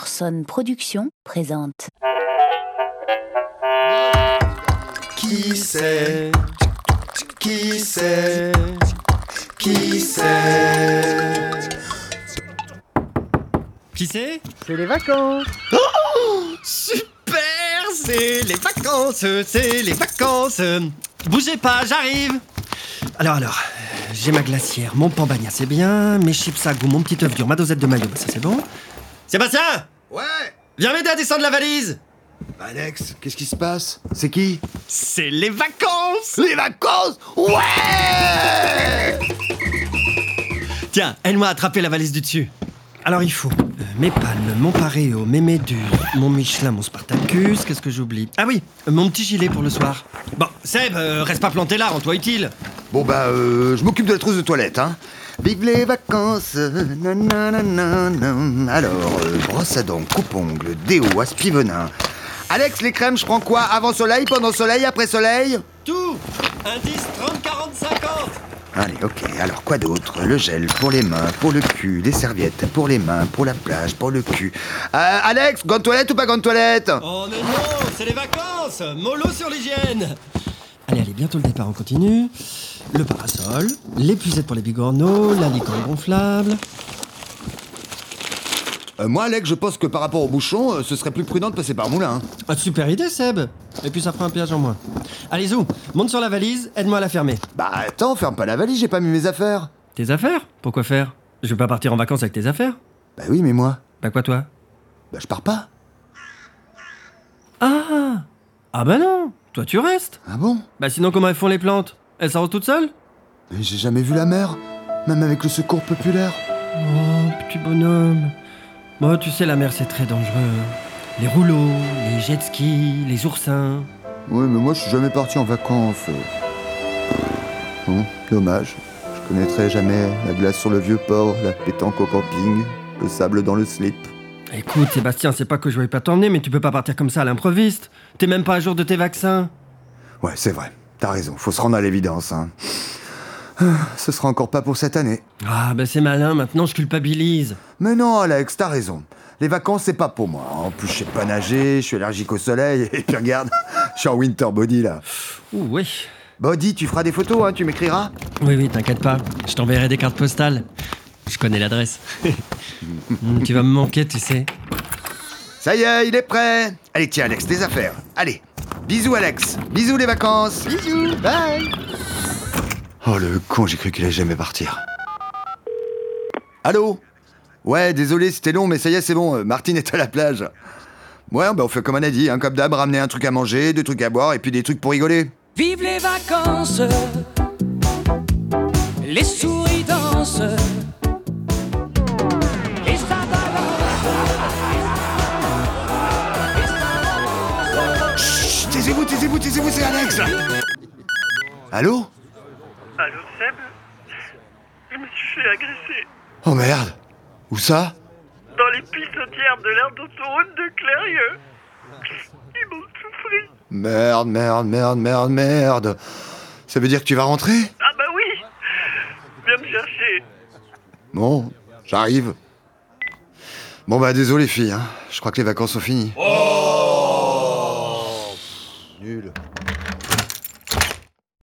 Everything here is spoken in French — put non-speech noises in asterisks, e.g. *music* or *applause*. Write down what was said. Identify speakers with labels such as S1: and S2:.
S1: Orson Productions présente.
S2: Qui sait Qui sait Qui sait
S3: Qui c'est
S4: C'est les vacances
S3: Oh, Super C'est les vacances C'est les vacances Bougez pas, j'arrive Alors, alors, j'ai ma glacière, mon pambagna, c'est bien, mes chips à goût, mon petit œuf dur, ma dosette de maillot, ça c'est bon. Sébastien
S2: Ouais
S3: Viens m'aider à descendre la valise
S2: Bah, Alex, qu'est-ce qui se passe C'est qui
S3: C'est les vacances
S2: Les vacances Ouais
S3: Tiens, aide-moi à attraper la valise du dessus. Alors il faut euh, mes palmes, mon pareo, mes méduses, mon Michelin, mon Spartacus, qu'est-ce que j'oublie Ah oui, euh, mon petit gilet pour le soir. Bon, Seb, euh, reste pas planté là, rends-toi utile.
S2: Bon bah, euh, je m'occupe de la trousse de toilette, hein Vive les vacances nananana. Alors, euh, brosse à dents, coupe-ongles, déo, aspi-venin. Alex, les crèmes, je prends quoi Avant soleil, pendant soleil, après soleil
S3: Tout Indice 30, 40, 50
S2: Allez, ok, alors quoi d'autre Le gel pour les mains, pour le cul, des serviettes pour les mains, pour la plage, pour le cul. Euh, Alex, gant toilette ou pas gant toilette
S3: Oh mais non, c'est les vacances Mollo sur l'hygiène Allez, allez, bientôt le départ, on continue. Le parasol, l'épuisette pour les bigorneaux, la licorne gonflable.
S2: Euh, Moi, Alex, je pense que par rapport au bouchon, euh, ce serait plus prudent de passer par Moulin. hein.
S3: Ah, super idée, Seb Et puis ça fera un piège en moins. Allez, Zou, monte sur la valise, aide-moi à la fermer.
S2: Bah attends, ferme pas la valise, j'ai pas mis mes affaires.
S3: Tes affaires Pourquoi faire Je vais pas partir en vacances avec tes affaires
S2: Bah oui, mais moi,
S3: Bah quoi, toi
S2: bah je pars pas.
S3: Ah Ah bah non Toi, tu restes
S2: Ah bon
S3: Bah sinon, comment elles font les plantes Elles s'arrosent toutes seules
S2: Mais j'ai jamais vu la mer, même avec le secours populaire.
S3: Oh, petit bonhomme. Moi, tu sais, la mer, c'est très dangereux. Les rouleaux, les jet skis, les oursins.
S2: Oui, mais moi, je suis jamais parti en vacances. euh. Bon, dommage. Je connaîtrai jamais la glace sur le vieux port, la pétanque au camping, le sable dans le slip.
S3: Écoute, Sébastien, c'est pas que je voulais pas t'emmener, mais tu peux pas partir comme ça à l'improviste. T'es même pas à jour de tes vaccins.
S2: Ouais, c'est vrai. T'as raison. Faut se rendre à l'évidence. Hein. Ah, Ce sera encore pas pour cette année.
S3: Ah, bah c'est malin, maintenant je culpabilise.
S2: Mais non, Alex, t'as raison. Les vacances, c'est pas pour moi. hein. En plus, je sais pas nager, je suis allergique au soleil, *laughs* et puis regarde, je suis en winter body là.
S3: Ouh, oui.
S2: Body, tu feras des photos, hein, tu m'écriras
S3: Oui, oui, t'inquiète pas. Je t'enverrai des cartes postales. Je connais l'adresse. Mm, tu vas me manquer, tu sais.
S2: Ça y est, il est prêt Allez, tiens, Alex, tes affaires. Allez, bisous, Alex. Bisous, les vacances. Bisous, bye Oh, le con, j'ai cru qu'il allait jamais partir. Allô Ouais, désolé, c'était long, mais ça y est, c'est bon, euh, Martine est à la plage. Ouais, bah on fait comme on a dit, hein, comme d'hab, ramener un truc à manger, deux trucs à boire, et puis des trucs pour rigoler.
S5: Vive les vacances, les souris dansent, et ça balance,
S2: Chut, taisez-vous, taisez-vous, taisez-vous, c'est Alex Allô
S6: Allô Seb Je me suis fait agresser
S2: Oh merde Où ça
S6: dans les pissotières de l'aire d'autoroute de Clérieux. Ils m'ont tout pris.
S2: Merde, merde, merde, merde, merde Ça veut dire que tu vas rentrer
S6: Ah bah oui Viens me chercher.
S2: Bon, j'arrive. Bon bah désolé filles, hein. je crois que les vacances sont finies. Oh Nul.